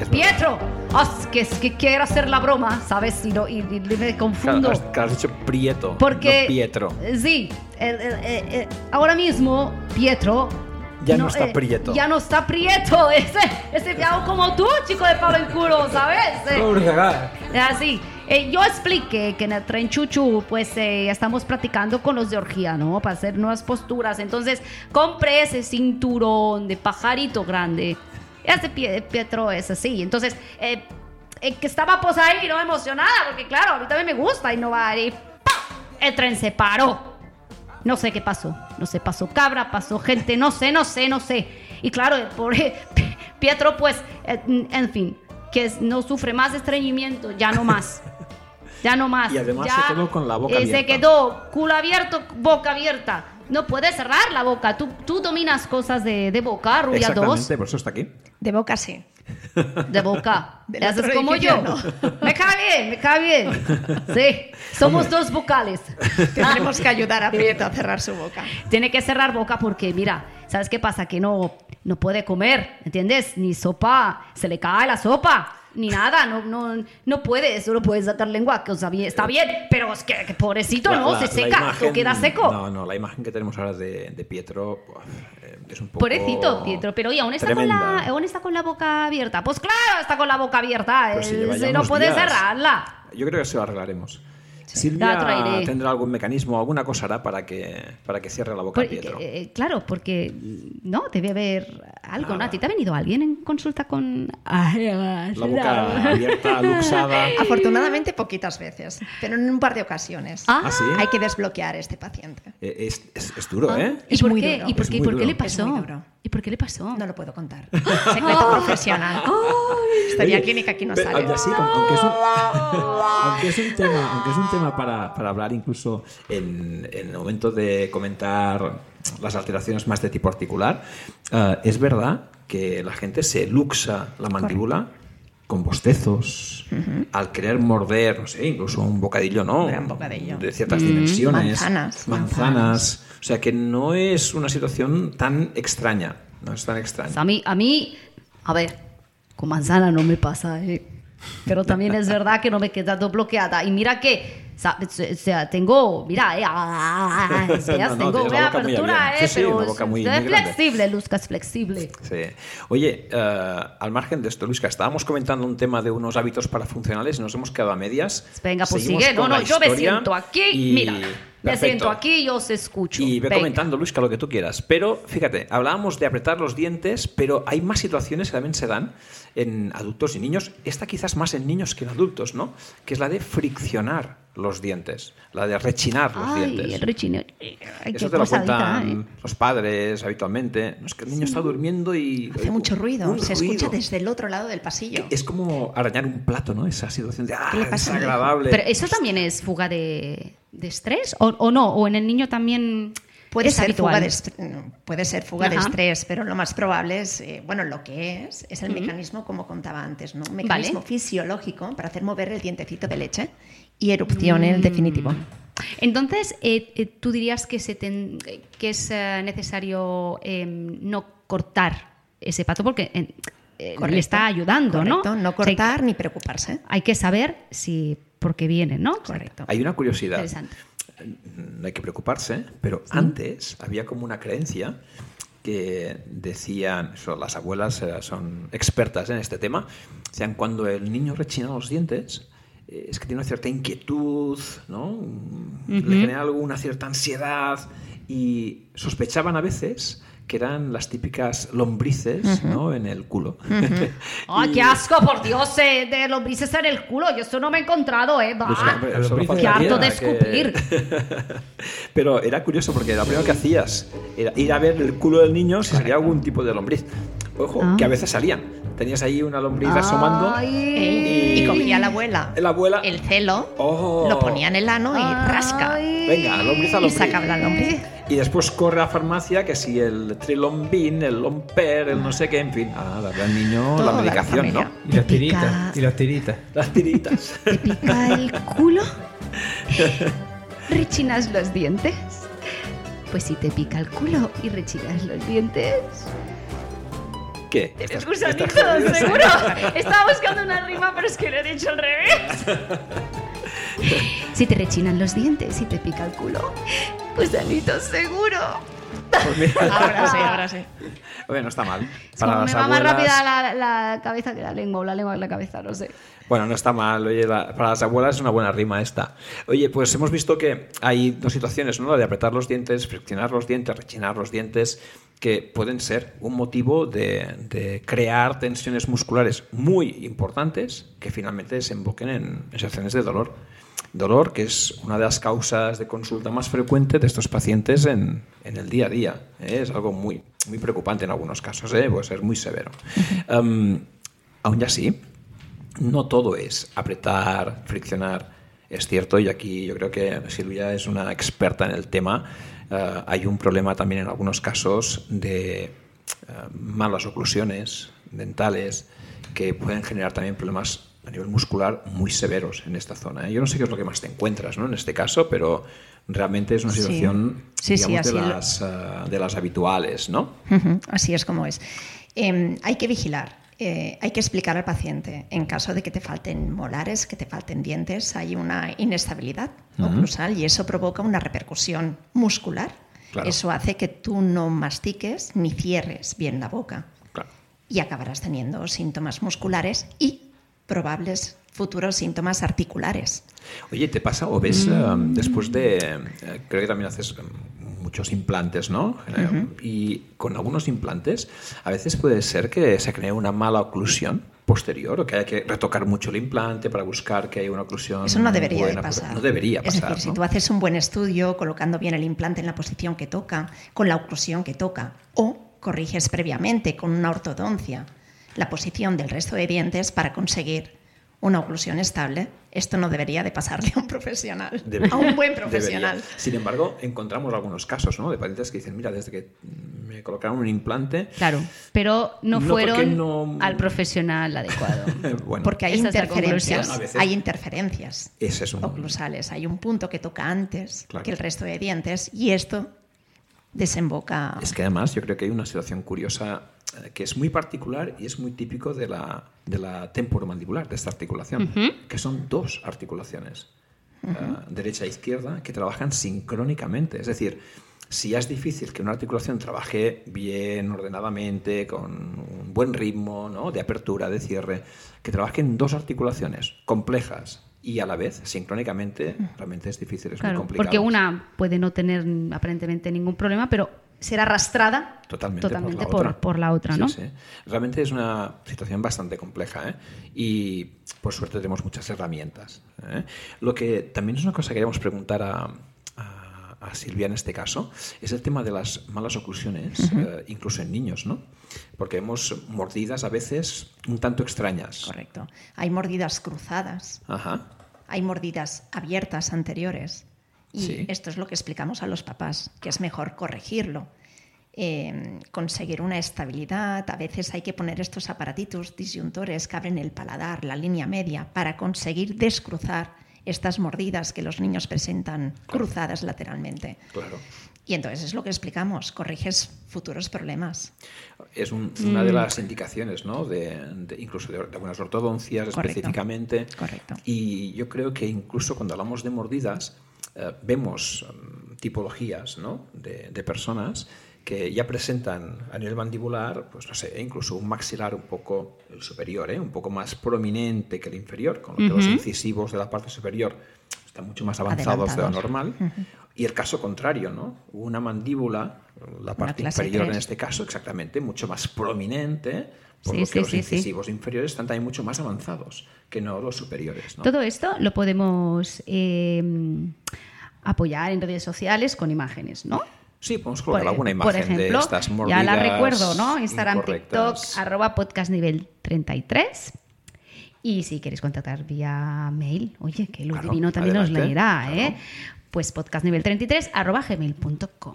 Speaker 2: Es verdad.
Speaker 1: ¡Pietro! ¡Haz que, que quiero hacer la broma, ¿sabes? Y, no- y- y me
Speaker 2: Claro,
Speaker 1: confundo.
Speaker 2: has, que has dicho Prieto,
Speaker 1: porque. eh,
Speaker 2: no Pietro.
Speaker 1: Sí. el- el- el- el- ahora mismo, Pietro.
Speaker 2: Ya no está Prieto.
Speaker 1: Ya no está Prieto. *laughs* Ese, ese fiao como tú, chico de palo en culo, ¿sabes? Eh,
Speaker 3: Pobre cagada.
Speaker 1: Así. Eh, yo expliqué que en el tren chuchu, pues eh, estamos practicando con los de orgía, ¿no? Para hacer nuevas posturas. Entonces, compré ese cinturón de pajarito grande. Ese pie, eh, Pietro es así. Entonces, eh, eh, que estaba pues ahí, ¿no? Emocionada, porque claro, a mí también me gusta innovar. Y ¡pam! El tren se paró. No sé qué pasó. No sé, pasó cabra, pasó gente, no sé, no sé, no sé. Y claro, el pobre *laughs* Pietro, pues, eh, en fin, que es- no sufre más estreñimiento, ya no más. Ya no más.
Speaker 2: *laughs* Y además
Speaker 1: Ya,
Speaker 2: se quedó con la boca
Speaker 1: eh, Se
Speaker 2: abierta.
Speaker 1: quedó culo abierto, boca abierta. No puedes cerrar la boca. Tú, tú dominas cosas de, de boca, rubia 2,
Speaker 2: Exactamente, por eso está aquí.
Speaker 5: De boca sí.
Speaker 1: de boca.
Speaker 5: *laughs* Del
Speaker 1: Le haces
Speaker 5: otro
Speaker 1: como yo.
Speaker 5: edificio,
Speaker 1: *laughs* Me cae bien, me cae bien. Sí, somos dos vocales.
Speaker 5: Tendremos que ayudar
Speaker 2: *laughs*
Speaker 5: a Prieto a cerrar su boca.
Speaker 1: Tiene que cerrar boca porque, mira, ¿sabes qué pasa? Que no, no puede comer, ¿entiendes? Ni sopa, se le cae la sopa, ni nada, no, no, no puede, solo puede sacar lengua, que o sea, bien- está bien, pero es que, que pobrecito,
Speaker 2: La-
Speaker 1: ¿no?
Speaker 2: la-
Speaker 1: se
Speaker 2: la
Speaker 1: seca,
Speaker 2: imagen-
Speaker 1: o queda seco.
Speaker 2: No, no, la imagen que tenemos ahora de, de Pietro buah, eh, es un poco.
Speaker 1: Pobrecito, Pietro, pero y aún está, con la,
Speaker 2: tremenda. ¿eh?
Speaker 1: aún está con la boca abierta. Pues claro, está con la boca abierta,
Speaker 2: Pero si
Speaker 1: eh,
Speaker 2: lleva ya
Speaker 1: se no
Speaker 2: unos
Speaker 1: puede
Speaker 2: días.
Speaker 1: cerrarla.
Speaker 2: Yo creo que se lo arreglaremos.
Speaker 1: La traeré.
Speaker 2: Silvia tendrá algún mecanismo, alguna cosa hará para que, para que cierre la boca
Speaker 1: Por-
Speaker 2: Pietro.
Speaker 1: que- eh, claro, porque no, debe haber algo, ¿no?
Speaker 2: Nada.
Speaker 1: ¿A ti te ha venido alguien en consulta con...
Speaker 2: La
Speaker 1: *laughs*
Speaker 2: boca abierta, luxada.
Speaker 5: Afortunadamente poquitas veces, pero en un par de ocasiones.
Speaker 1: Ah,
Speaker 2: ¿Ah, sí?
Speaker 5: Hay que desbloquear a este paciente.
Speaker 2: Eh, Es, es- es duro,
Speaker 1: Ah,
Speaker 2: ¿eh?
Speaker 1: ¿Y
Speaker 5: Es
Speaker 1: por
Speaker 5: muy
Speaker 1: qué?
Speaker 5: duro.
Speaker 1: ¿Y por
Speaker 2: Es
Speaker 1: qué,
Speaker 2: muy
Speaker 1: por qué
Speaker 2: duro.
Speaker 1: le pasó?
Speaker 5: Es muy duro.
Speaker 1: ¿Y por qué le pasó?
Speaker 5: No lo puedo
Speaker 2: *laughs*
Speaker 5: contar. Secreto profesional. Historia clínica aquí no
Speaker 2: Pero,
Speaker 5: sale.
Speaker 2: aunque sí, aunque- aunque es un, *laughs* aunque es un tema, aunque es un tema para, para hablar incluso en, en el momento de comentar las alteraciones más de tipo articular, eh, es verdad que la gente se luxa la mandíbula con bostezos, al querer morder, no sé, incluso un bocadillo, ¿no?
Speaker 5: Un gran bocadillo. Mm,
Speaker 2: De ciertas dimensiones.
Speaker 5: Manzanas,
Speaker 2: manzanas. O sea que no es una situación tan extraña. No es tan extraña.
Speaker 1: A mí, a mí, a ver, con manzana no me pasa, ¿eh? pero también es verdad que no me he quedado bloqueada. Y mira que, ¿sabes? o sea, tengo, mira, eh,
Speaker 2: *laughs*
Speaker 1: ah, o sea,
Speaker 2: No, no,
Speaker 1: tengo
Speaker 2: tienes la
Speaker 1: una
Speaker 2: boca muy
Speaker 1: apertura,
Speaker 2: abierta.
Speaker 1: eh,
Speaker 2: Sí, sí,
Speaker 1: pero
Speaker 2: una boca muy-
Speaker 1: es
Speaker 2: muy grande.
Speaker 1: flexible, Luzca, es flexible.
Speaker 2: Sí. Oye, eh, al margen de esto, Luisca, estábamos comentando un tema de unos hábitos parafuncionales y nos hemos quedado a medias.
Speaker 1: Venga, pues
Speaker 2: Seguimos
Speaker 1: sigue. No,
Speaker 2: con
Speaker 1: no,
Speaker 2: la
Speaker 1: yo me
Speaker 2: historia
Speaker 1: siento aquí,
Speaker 2: y-
Speaker 1: mira. Me
Speaker 2: Perfecto.
Speaker 1: siento aquí y os escucho.
Speaker 2: Y ve
Speaker 1: Venga.
Speaker 2: comentando, Luisca, lo que tú quieras. Pero fíjate, hablábamos de apretar los dientes, pero hay más situaciones que también se dan en adultos y niños. Esta quizás más en niños que en adultos, ¿no? Que es la de friccionar los dientes, la de rechinar los
Speaker 1: Ay, eh,
Speaker 2: dientes.
Speaker 1: el rechino.
Speaker 2: Eso te lo cuentan
Speaker 1: eh.
Speaker 5: ¿eh?
Speaker 2: los padres habitualmente. No, es que el niño está durmiendo y.
Speaker 5: Hace mucho ruido,
Speaker 2: Un
Speaker 5: se escucha
Speaker 2: ruido.
Speaker 5: desde el otro lado del pasillo.
Speaker 2: Es como arañar un plato, ¿no? Esa situación de. ¡Ah,
Speaker 5: ¿Qué le pasa, mijo?
Speaker 2: desagradable!
Speaker 1: Pero
Speaker 5: pues
Speaker 1: eso también es fuga de, de estrés o, o no, o en el niño también
Speaker 5: Puede
Speaker 1: es
Speaker 5: ser,
Speaker 1: habitual?
Speaker 5: fuga de est- no, puede ser fuga de
Speaker 1: Ajá.
Speaker 5: estrés, pero lo más probable es, eh, bueno, lo que es, es el mecanismo como contaba antes, ¿no? Un mecanismo fisiológico para hacer mover el dientecito de leche y erupción
Speaker 1: Mm.
Speaker 5: en el definitivo.
Speaker 1: Entonces, eh, eh, tú dirías que, se ten- que es eh, necesario eh, no cortar ese pato porque eh, eh, le
Speaker 5: Correcto,
Speaker 1: está ayudando,
Speaker 5: correcto,
Speaker 1: ¿no?
Speaker 5: No
Speaker 1: O sea,
Speaker 5: cortar ni preocuparse.
Speaker 1: hay que saber si por qué viene, ¿no?
Speaker 5: Correcto.
Speaker 2: Hay una curiosidad.
Speaker 1: Interesante.
Speaker 2: No hay que preocuparse, pero antes había como una creencia que decían, eso, las abuelas eh, son expertas en este tema, decían cuando el niño rechina los dientes eh, es que tiene una cierta inquietud, ¿no? Le genera algo, una cierta ansiedad y sospechaban a veces que eran las típicas lombrices, ¿no? En el culo. *laughs*
Speaker 1: ¡Ay,
Speaker 2: Y-
Speaker 1: Oh, qué asco, por Dios! eh, de lombrices en el culo. Yo eso no me he encontrado, ¿eh? Bah.
Speaker 2: Pues, hombre,
Speaker 3: Ah,
Speaker 2: solo
Speaker 3: lombrices.
Speaker 2: faltaría
Speaker 1: ¡Qué harto de
Speaker 2: que-
Speaker 1: escupir!
Speaker 2: *laughs* Pero era curioso porque lo primero que hacías era ir a ver el culo del niño si salía algún tipo de lombriz. Ojo,
Speaker 1: Ah.
Speaker 2: que a veces salían. Tenías ahí una lombriz asomando.
Speaker 1: Ay.
Speaker 5: Y cogía la abuela
Speaker 2: La abuela.
Speaker 5: el celo,
Speaker 2: Oh.
Speaker 5: lo ponía en el ano y rasca.
Speaker 1: Ay.
Speaker 2: Venga, lombriz a
Speaker 5: Y
Speaker 2: lombriz.
Speaker 5: sacaba la lombriz.
Speaker 2: Y después corre a la farmacia que si el trilombin, el lomper, el no sé qué, en fin. Ah, darle al niño
Speaker 5: Toda
Speaker 2: la
Speaker 5: la
Speaker 2: medicación, ¿no?
Speaker 5: familia.
Speaker 3: Y las
Speaker 5: Típica.
Speaker 3: tiritas, y las tiritas.
Speaker 1: *laughs*
Speaker 2: Las tiritas.
Speaker 5: ¿Te pica el culo?
Speaker 1: ¿Rechinas los dientes? Pues si te pica el culo y rechinas los dientes.
Speaker 2: ¿Qué?
Speaker 1: Tienes
Speaker 2: Estas-
Speaker 1: gusanitos,
Speaker 2: estas-
Speaker 1: seguro. Estaba buscando una rima, pero es que lo he dicho al revés. Si te rechinan los dientes y te pica el culo, gusanitos, seguro.
Speaker 2: *laughs* Pues mira,
Speaker 5: Ahora sí, ahora sí.
Speaker 2: Bueno, no está mal.
Speaker 1: Es
Speaker 2: Para
Speaker 1: como
Speaker 2: las
Speaker 1: me va más
Speaker 2: abuelas-
Speaker 1: rápida la, la cabeza que la lengua, o la lengua que la cabeza, no sé.
Speaker 2: Bueno, no está mal. Oye, la- para las abuelas es una buena rima esta. Oye, pues hemos visto que hay dos situaciones, ¿no? La de apretar los dientes, friccionar los dientes, rechinar los dientes, que pueden ser un motivo de, de crear tensiones musculares muy importantes que finalmente desemboquen en sensaciones de dolor. Dolor que es una de las causas de consulta más frecuente de estos pacientes en, en el día a día. ¿eh? Es algo muy, muy preocupante en algunos casos, ¿eh? puede ser muy severo. Em, aún así, no todo es apretar, friccionar. Es cierto, y aquí yo creo que Silvia es una experta en el tema. eh, hay un problema también en algunos casos de eh, malas oclusiones dentales que pueden generar también problemas a nivel muscular muy severos en esta zona. ¿eh? Yo no sé qué es lo que más te encuentras ¿no? en este caso, pero realmente es una
Speaker 5: Sí.
Speaker 2: situación
Speaker 5: Sí, sí,
Speaker 2: digamos,
Speaker 5: así
Speaker 2: de,
Speaker 5: lo-
Speaker 2: las, eh, de las habituales, ¿no?
Speaker 5: Ujú, Así es como es. Eh, hay que vigilar, eh, hay que explicar al paciente. En caso de que te falten molares, que te falten dientes, hay una inestabilidad oclusal y eso provoca una repercusión muscular.
Speaker 2: Claro.
Speaker 5: Eso hace que tú no mastiques ni cierres bien la boca
Speaker 2: Claro.
Speaker 5: y acabarás teniendo síntomas musculares y probables futuros síntomas articulares.
Speaker 2: Oye, ¿te pasa o
Speaker 5: Mm.
Speaker 2: ves eh, después de... eh, creo que también haces eh, muchos implantes, ¿no? Eh, Y con algunos implantes a veces puede ser que se cree una mala oclusión posterior o que haya que retocar mucho el implante para buscar que haya una oclusión
Speaker 5: Eso no debería de
Speaker 2: buena, Ah, pero
Speaker 5: pasar.
Speaker 2: No debería pasar.
Speaker 5: Es decir, si
Speaker 2: ¿no?
Speaker 5: tú haces un buen estudio colocando bien el implante en la posición que toca, con la oclusión que toca, o corriges previamente con una ortodoncia la posición del resto de dientes para conseguir una oclusión estable, esto no debería de pasarle a un profesional,
Speaker 2: Debería,
Speaker 5: a un buen
Speaker 2: *laughs* debería.
Speaker 5: profesional.
Speaker 2: Sin embargo, encontramos algunos casos ¿no? de pacientes que dicen, mira, desde que me colocaron un implante... *laughs*
Speaker 1: Claro, pero no,
Speaker 2: No, porque
Speaker 1: fueron
Speaker 2: no-
Speaker 1: al profesional adecuado.
Speaker 2: Bueno,
Speaker 5: Porque hay
Speaker 1: Esa es la
Speaker 5: interferencias,
Speaker 1: conclusión.
Speaker 2: A veces-
Speaker 5: hay interferencias
Speaker 2: ese es un...
Speaker 5: oclusales, hay un punto que toca antes
Speaker 2: Claro.
Speaker 5: que el resto de dientes y esto
Speaker 1: Ah.
Speaker 5: desemboca
Speaker 2: Es que además yo creo que hay una situación curiosa eh, que es muy particular y es muy típico de la, de la temporomandibular, de esta articulación, que son dos articulaciones, eh, derecha e izquierda, que trabajan sincrónicamente. Es decir, si ya es difícil que una articulación trabaje bien, ordenadamente, con un buen ritmo ¿no? de apertura, de cierre, que trabajen dos articulaciones complejas y a la vez, sincrónicamente, realmente es difícil, es muy
Speaker 1: Claro,
Speaker 2: complicado.
Speaker 1: porque una puede no tener mm, aparentemente ningún problema, pero será arrastrada
Speaker 2: Totalmente,
Speaker 1: totalmente
Speaker 2: por, la otra.
Speaker 1: por la otra,
Speaker 2: Sí,
Speaker 1: ¿no?
Speaker 2: sí. Realmente es una situación bastante compleja ¿eh? y por suerte tenemos muchas herramientas. ¿eh? Lo que también es una cosa que queríamos preguntar a, a- a Silvia en este caso es el tema de las malas oclusiones, eh, incluso en niños, ¿no? Porque vemos mordidas a veces un tanto extrañas.
Speaker 5: Correcto. Hay mordidas cruzadas,
Speaker 2: Ajá.
Speaker 5: hay mordidas abiertas anteriores. Y
Speaker 2: Sí.
Speaker 5: esto es lo que explicamos a los papás, que es mejor corregirlo, eh, conseguir una estabilidad. A veces hay que poner estos aparatitos disyuntores que abren el paladar, la línea media, para conseguir descruzar estas mordidas que los niños presentan cruzadas lateralmente.
Speaker 2: Claro.
Speaker 5: Y entonces es lo que explicamos, corriges futuros problemas.
Speaker 2: Es un-
Speaker 1: Mm.
Speaker 2: una de las indicaciones, ¿no? De, de- incluso de, de algunas ortodoncias
Speaker 5: Correcto.
Speaker 2: específicamente.
Speaker 5: Correcto.
Speaker 2: Y yo creo que incluso cuando hablamos de mordidas, eh, vemos mm, tipologías, ¿no? De, de personas que ya presentan a nivel mandibular, pues no sé, incluso un maxilar un poco el superior, ¿eh? un poco más prominente que el inferior, con lo que los
Speaker 1: Ujú.
Speaker 2: incisivos de la parte superior están mucho más avanzados de lo
Speaker 5: Adelantados.
Speaker 2: normal. Y el caso contrario, ¿no? Una mandíbula, la parte
Speaker 5: clase
Speaker 2: inferior en
Speaker 5: tres.
Speaker 2: este caso, exactamente, mucho más prominente, por
Speaker 1: Sí,
Speaker 2: lo que
Speaker 1: sí,
Speaker 2: los
Speaker 1: sí, sí.
Speaker 2: incisivos inferiores están también mucho más avanzados que no los superiores. ¿no?
Speaker 1: Todo esto lo podemos eh, apoyar en redes sociales con imágenes, ¿no?
Speaker 2: Sí, podemos colocar
Speaker 1: por, e-,
Speaker 2: alguna
Speaker 1: por
Speaker 2: imagen
Speaker 1: ejemplo,
Speaker 2: de estas
Speaker 1: ya
Speaker 2: mordidas.
Speaker 1: la recuerdo, ¿no? Instagram,
Speaker 2: incorrectas.
Speaker 1: TikTok, arroba podcast nivel 33. Y si queréis contactar vía mail, oye, que el
Speaker 2: Claro,
Speaker 1: divino también os
Speaker 2: adelante,
Speaker 1: leerá, ¿eh?
Speaker 2: claro.
Speaker 1: Pues podcastnivel33 arroba gmail.com.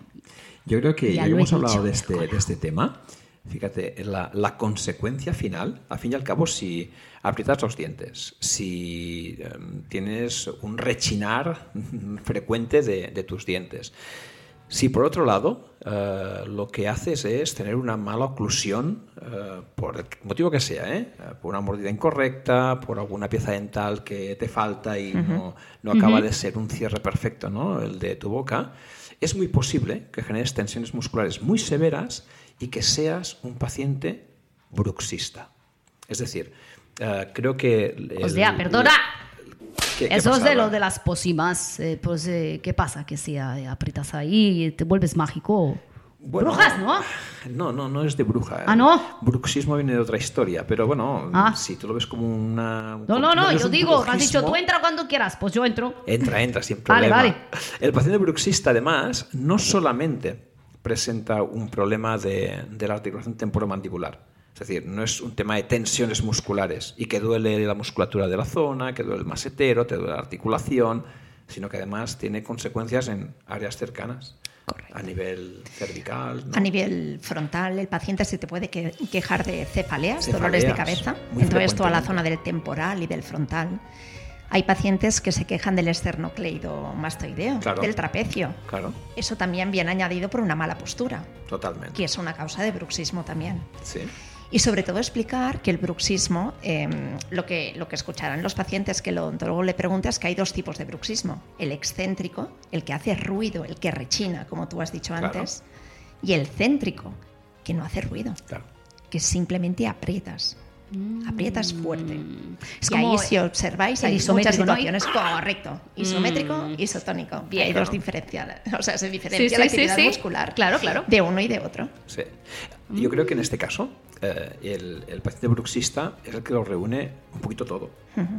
Speaker 2: Yo creo que
Speaker 1: Ya
Speaker 2: ya,
Speaker 1: lo
Speaker 2: que hemos
Speaker 1: he
Speaker 2: hablado
Speaker 1: dicho,
Speaker 2: de este, de este tema. Fíjate, la, la consecuencia final, al fin y al cabo, si aprietas los dientes, si em, tienes un rechinar *laughs* frecuente de, de tus dientes, si por otro lado eh, lo que haces es tener una mala oclusión, eh, por el motivo que sea, ¿eh? Eh, por una mordida incorrecta, por alguna pieza dental que te falta y no, no acaba de ser un cierre perfecto, ¿no? el de tu boca, es muy posible que generes tensiones musculares muy severas y que seas un paciente bruxista. Es decir, eh, creo que... el-
Speaker 1: O sea, perdona.
Speaker 2: ¿Qué- qué
Speaker 1: Eso es de
Speaker 2: pasaba?
Speaker 1: lo de las pócimas. eh, pues, eh, ¿qué pasa? Que si eh, aprietas ahí te vuelves mágico.
Speaker 2: Bueno,
Speaker 1: Brujas, ¿no?
Speaker 2: No, no, no es de bruja.
Speaker 1: Ah, ¿no?
Speaker 2: Bruxismo viene de otra historia, pero bueno,
Speaker 1: Ah.
Speaker 2: si tú lo ves como una...
Speaker 1: No, no, no,
Speaker 2: es
Speaker 1: yo
Speaker 2: un
Speaker 1: digo, me has dicho,
Speaker 2: brujismo.
Speaker 1: tú entra cuando quieras, pues yo entro.
Speaker 2: Entra, entra, sin
Speaker 1: Vale,
Speaker 2: problema.
Speaker 1: vale.
Speaker 2: El paciente bruxista, además, no solamente presenta un problema de, de la articulación temporomandibular. Es decir, no es un tema de tensiones musculares y que duele la musculatura de la zona, que duele el masetero, te duele la articulación, sino que además tiene consecuencias en áreas cercanas.
Speaker 5: Correcto.
Speaker 2: A nivel cervical. ¿no?
Speaker 5: A nivel frontal, el paciente se te puede que- quejar de cefaleas,
Speaker 2: Cefaleas,
Speaker 5: dolores de cabeza.
Speaker 2: muy
Speaker 5: Entonces, esto a la
Speaker 2: frecuentemente.
Speaker 5: zona del temporal y del frontal. Hay pacientes que se quejan del esternocleidomastoideo,
Speaker 2: Claro.
Speaker 5: del trapecio.
Speaker 2: Claro,
Speaker 5: Eso también viene añadido por una mala postura,
Speaker 2: totalmente.
Speaker 5: que es una causa de bruxismo también.
Speaker 2: Sí.
Speaker 5: Y sobre todo explicar que el bruxismo, eh, lo, que, lo que escucharán los pacientes que el odontólogo le pregunta es que hay dos tipos de bruxismo. El excéntrico, el que hace ruido, el que rechina, como tú has dicho
Speaker 2: Claro.
Speaker 5: antes, y el céntrico, que no hace ruido,
Speaker 2: Claro.
Speaker 5: que simplemente aprietas. Aprietas fuerte.
Speaker 1: Mm. Es
Speaker 5: y
Speaker 1: como
Speaker 5: ahí si observáis
Speaker 1: el
Speaker 5: hay muchas
Speaker 1: isométrico, ¿no? Mm.
Speaker 5: situaciones. Correcto. Isométrico, isotónico.
Speaker 1: Bien.
Speaker 5: hay
Speaker 2: Claro.
Speaker 5: dos diferenciales. *laughs* O sea, se diferencia
Speaker 1: Sí,
Speaker 5: la
Speaker 1: sí, sí,
Speaker 5: actividad
Speaker 1: sí.
Speaker 5: muscular.
Speaker 1: Claro, claro.
Speaker 5: De uno y de otro.
Speaker 2: Sí. Yo creo que en este caso eh, el, el paciente bruxista es el que lo reúne un poquito todo,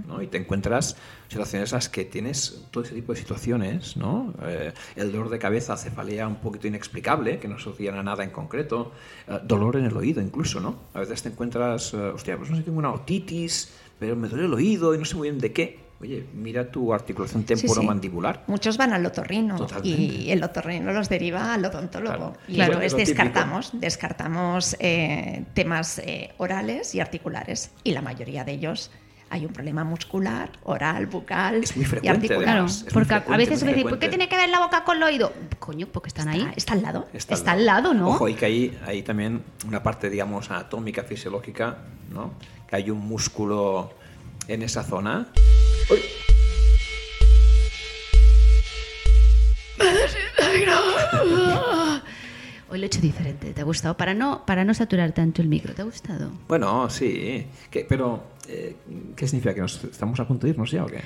Speaker 2: ¿no? Y te encuentras situaciones en las que tienes todo ese tipo de situaciones, ¿no? Eh, el dolor de cabeza, cefalea un poquito inexplicable, que no asocian a nada en concreto, eh, dolor en el oído incluso, ¿no? A veces te encuentras, eh, hostia, pues no sé, tengo una otitis, pero me duele el oído y no sé muy bien de qué. Oye, mira tu articulación
Speaker 5: Sí, sí.
Speaker 2: temporomandibular.
Speaker 5: Muchos van al otorrino
Speaker 2: Totalmente.
Speaker 5: y el otorrino los deriva al odontólogo.
Speaker 2: Claro.
Speaker 5: Y
Speaker 2: Claro,
Speaker 5: entonces
Speaker 2: es lo típico.
Speaker 5: descartamos, descartamos eh, temas eh, orales y articulares y la mayoría de ellos hay un problema muscular, oral, bucal
Speaker 2: Es muy
Speaker 5: y
Speaker 2: frecuente,
Speaker 5: articular.
Speaker 1: Claro,
Speaker 2: Es muy
Speaker 1: porque a- a
Speaker 2: frecuente,
Speaker 1: veces
Speaker 2: muy
Speaker 1: me dicen, ¿por
Speaker 2: frecuente.
Speaker 1: qué tiene que ver la boca con el oído? Coño, porque están ahí.
Speaker 5: Ah, está al lado.
Speaker 1: Está al lado, ¿no?
Speaker 2: Ojo, y que hay, hay también una parte, digamos, anatómica, fisiológica, ¿no? Que hay un músculo en esa zona. ¡Uy!
Speaker 1: Hoy lo he hecho diferente, ¿te ha gustado? Para no, para no saturar tanto el micro, ¿te ha gustado?
Speaker 2: Bueno, sí, que- pero eh, ¿qué significa? ¿Que nos estamos a punto de irnos ya o qué?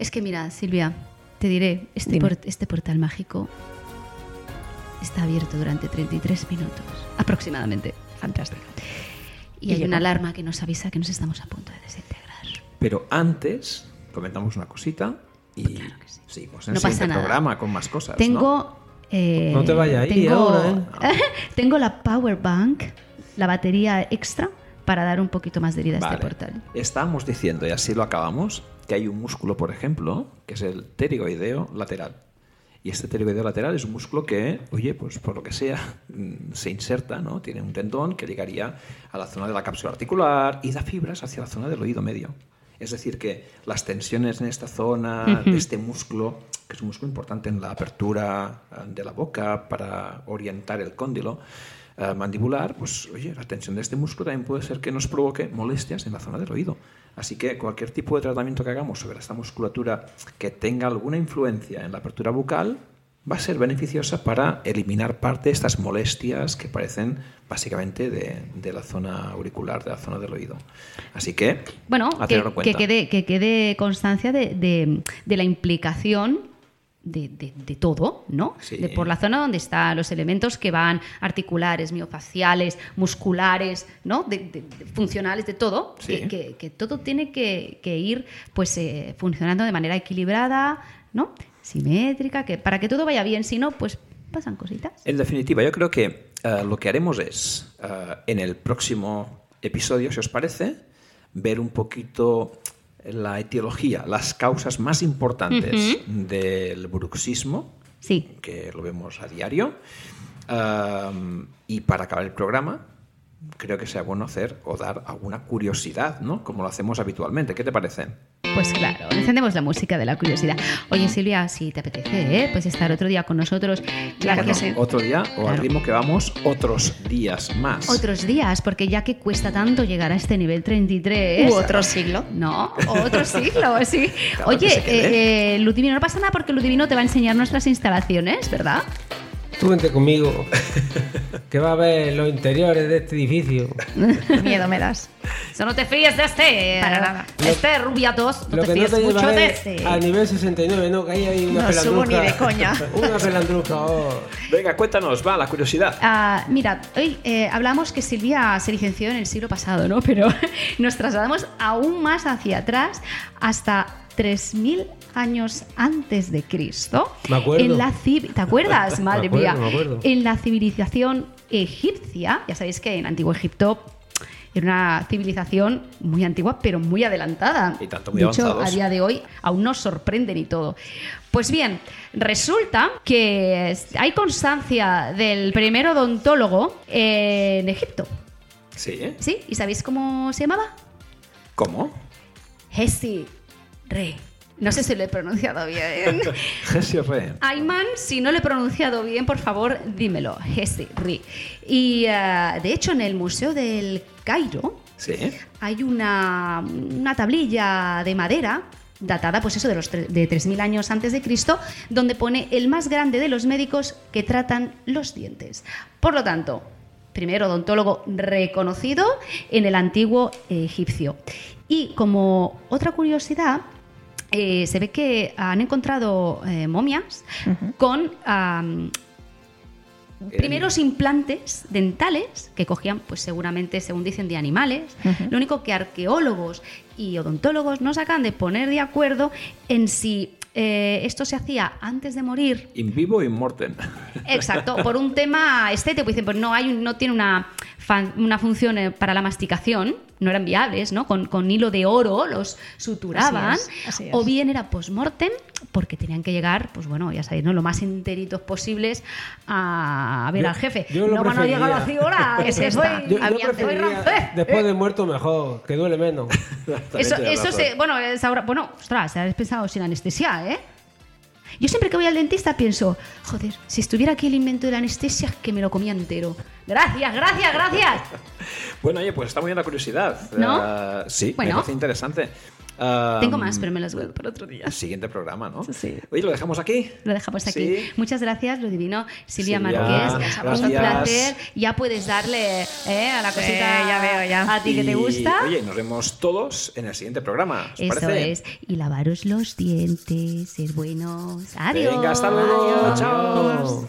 Speaker 1: Es que mira, Silvia, te diré, este,
Speaker 5: Dime.
Speaker 1: por- este portal mágico está abierto durante 33 minutos, aproximadamente.
Speaker 5: Fantástico.
Speaker 1: Y,
Speaker 5: Y
Speaker 1: hay una
Speaker 5: llegamos.
Speaker 1: alarma que nos avisa que nos estamos a punto de desintegrar.
Speaker 2: Pero antes comentamos una cosita y seguimos en
Speaker 1: No
Speaker 2: el siguiente
Speaker 1: pasa nada.
Speaker 2: programa con más cosas. ¿no?
Speaker 1: Tengo... eh,
Speaker 3: No te vaya ahí
Speaker 1: tengo,
Speaker 3: ahora, ¿eh?
Speaker 1: *laughs* tengo la power bank, la batería extra, para dar un poquito más de vida a
Speaker 2: Vale.
Speaker 1: este portal.
Speaker 2: Estábamos diciendo, y así lo acabamos, que hay un músculo, por ejemplo, que es el pterigoideo lateral. Y este pterigoideo lateral es un músculo que, oye, pues por lo que sea, mm, se inserta, ¿no? Tiene un tendón que llegaría a la zona de la cápsula articular y da fibras hacia la zona del oído medio. Es decir, que las tensiones en esta zona, de este músculo, que es un músculo importante en la apertura eh, de la boca para orientar el cóndilo eh, mandibular, pues oye, la tensión de este músculo también puede ser que nos provoque molestias en la zona del oído. Así que cualquier tipo de tratamiento que hagamos sobre esta musculatura que tenga alguna influencia en la apertura bucal va a ser beneficiosa para eliminar parte de estas molestias que parecen básicamente de, de la zona auricular, de la zona del oído. Así que,
Speaker 1: Bueno,
Speaker 2: a
Speaker 1: que,
Speaker 2: tenerlo en
Speaker 1: que
Speaker 2: cuenta.
Speaker 1: quede, que quede constancia de, de- de la implicación de, de- de todo, ¿no?
Speaker 2: Sí.
Speaker 1: De por la zona donde están los elementos que van articulares, miofaciales, musculares, ¿no? De, de- de- funcionales, de todo.
Speaker 2: Sí.
Speaker 1: Que, que- que todo tiene que, que ir pues, eh, funcionando de manera equilibrada, ¿no? Simétrica, que para que todo vaya bien, si no, pues pasan cositas.
Speaker 2: En definitiva, yo creo que eh, lo que haremos es, eh, en el próximo episodio, si os parece, ver un poquito la etiología, las causas más importantes del bruxismo,
Speaker 1: Sí.
Speaker 2: que lo vemos a diario. Um, y para acabar el programa, creo que sea bueno hacer o dar alguna curiosidad, ¿no? Como lo hacemos habitualmente. ¿Qué te parece?
Speaker 1: Pues claro, encendemos la música de la curiosidad. Oye Silvia, si te apetece, ¿eh? pues estar otro día con nosotros. Ya
Speaker 2: Bueno,
Speaker 1: que se-
Speaker 2: Otro día o al
Speaker 1: Claro.
Speaker 2: ritmo que vamos otros días más.
Speaker 1: Otros días, porque ya que cuesta tanto llegar a este nivel 33...
Speaker 5: U otro siglo.
Speaker 1: No, otro *laughs* siglo, sí.
Speaker 2: Claro que
Speaker 1: Oye,
Speaker 2: se quede.
Speaker 1: eh, eh, Ludivino, no pasa nada porque Ludivino te va a enseñar nuestras instalaciones, ¿verdad?
Speaker 3: Tú vente conmigo, que va a ver los interiores de este edificio.
Speaker 5: Miedo me das.
Speaker 1: Eso no te fíes de este...
Speaker 5: Para nada.
Speaker 1: Este rubiatos, no
Speaker 3: Lo
Speaker 1: te
Speaker 3: que no
Speaker 1: fíes
Speaker 3: te
Speaker 1: mucho de
Speaker 3: llevaré
Speaker 1: este.
Speaker 3: al nivel 69, no, que ahí hay una
Speaker 5: No
Speaker 3: pelandruca.
Speaker 5: subo ni de coña.
Speaker 3: *laughs* Una pelandruca, oh.
Speaker 2: Venga, cuéntanos, va, la curiosidad.
Speaker 1: Ah, mira, hoy eh, hablamos que Silvia se licenció en el siglo pasado, ¿no? Pero *laughs* nos trasladamos aún más hacia atrás, hasta 3.000 años antes de Cristo.
Speaker 3: Me acuerdo.
Speaker 1: En la civi- ¿Te acuerdas? Madre
Speaker 3: acuerdo,
Speaker 1: mía.
Speaker 3: *laughs* me acuerdo.
Speaker 1: En la civilización egipcia, ya sabéis que en Antiguo Egipto era una civilización muy antigua, pero muy adelantada.
Speaker 2: Y tanto, muy
Speaker 1: de hecho,
Speaker 2: avanzados.
Speaker 1: a día de hoy aún nos sorprenden y todo. Pues bien, resulta que hay constancia del primer odontólogo en Egipto.
Speaker 2: Sí, ¿eh?
Speaker 1: ¿Sí? ¿Y sabéis cómo se llamaba?
Speaker 2: ¿Cómo?
Speaker 1: Hesi Re. No sé si lo he pronunciado bien.
Speaker 2: Jesse Re.
Speaker 1: *laughs* Ayman, si no lo he pronunciado bien, por favor, dímelo. Hesi Re. Y eh, de hecho, en el Museo del Cairo,
Speaker 2: Sí. ¿eh?
Speaker 1: hay una, una tablilla de madera datada pues eso de los tre- de 3000 años antes de Cristo donde pone el más grande de los médicos que tratan los dientes. Por lo tanto, primer odontólogo reconocido en el antiguo egipcio. Y como otra curiosidad, eh, se ve que han encontrado eh, momias con am, primeros implantes dentales que cogían, pues seguramente, según dicen, de animales. Lo único que arqueólogos y odontólogos no sacan de poner de acuerdo en si eh, esto se hacía antes de morir.
Speaker 2: In vivo in mortem.
Speaker 1: Exacto, por un tema estético. Dicen, pues no, hay, un- no tiene una, fan- una función eh, para la masticación, no eran viables, ¿no? Con, con hilo de oro los suturaban.
Speaker 5: Así es, así es.
Speaker 1: O bien era post-mortem, porque tenían que llegar, pues bueno, ya sabéis, ¿no? Lo más enteritos posibles a ver
Speaker 3: Yo-
Speaker 1: al jefe.
Speaker 3: yo lo
Speaker 1: no van a llegar
Speaker 3: prefería.
Speaker 1: a
Speaker 3: *laughs*
Speaker 1: horas, que
Speaker 5: Es
Speaker 1: se
Speaker 5: esta.
Speaker 1: voy
Speaker 3: Yo, yo
Speaker 1: a mi- voy
Speaker 3: preferiría,
Speaker 1: rancés.
Speaker 3: después de muerto mejor, que duele menos.
Speaker 2: *laughs* También
Speaker 1: Eso,
Speaker 2: tienes
Speaker 1: eso
Speaker 2: razón.
Speaker 1: se, bueno, es ahora, bueno, ostras, habéis pensado sin anestesia, ¿eh? Yo siempre que voy al dentista pienso, joder, si estuviera aquí el invento de la anestesia, que me lo comía entero. Gracias, gracias, gracias.
Speaker 2: Bueno, oye, pues está muy bien la curiosidad.
Speaker 1: ¿No?
Speaker 2: Ah, sí,
Speaker 1: Bueno.
Speaker 2: me parece interesante. Ah,
Speaker 1: Tengo más, pero me las guardo para otro día.
Speaker 2: El siguiente programa, ¿no?
Speaker 1: Sí.
Speaker 2: Oye, lo dejamos aquí.
Speaker 1: Lo dejamos aquí.
Speaker 2: Sí.
Speaker 1: Muchas gracias, lo divino. Silvia
Speaker 2: Silvia,
Speaker 1: Márquez, un
Speaker 2: gracias.
Speaker 1: placer. Ya puedes darle eh, a la
Speaker 5: Sí,
Speaker 1: cosita
Speaker 5: ya veo, ya.
Speaker 1: a ti que
Speaker 2: Y,
Speaker 1: te gusta.
Speaker 2: Oye, nos vemos todos en el siguiente programa. ¿os
Speaker 1: Eso
Speaker 2: parece?
Speaker 1: es. Y lavaros los dientes, ser buenos. Adiós.
Speaker 2: Venga, hasta luego.
Speaker 1: Adiós.
Speaker 2: Chao.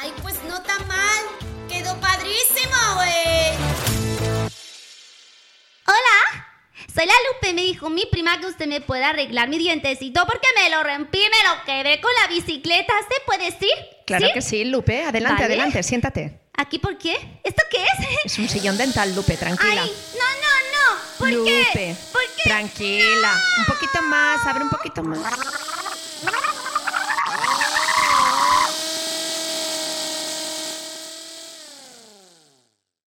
Speaker 6: Ay, pues no tan mal. Quedó padrísimo, güey. Hola, soy la Lupe. Me dijo mi prima que usted me puede arreglar mi dientecito porque me lo rompí, me lo quebré con la bicicleta. ¿Se puede decir?
Speaker 5: Claro que sí, Lupe. Adelante,
Speaker 6: Vale.
Speaker 5: adelante, siéntate.
Speaker 6: ¿Aquí por qué? ¿Esto qué es?
Speaker 5: Es un sillón dental, Lupe,
Speaker 6: Ay,
Speaker 5: tranquila.
Speaker 6: no, no, no. ¿Por
Speaker 5: Lupe,
Speaker 6: qué? ¿Por qué?
Speaker 5: tranquila. Un poquito más, abre un poquito más.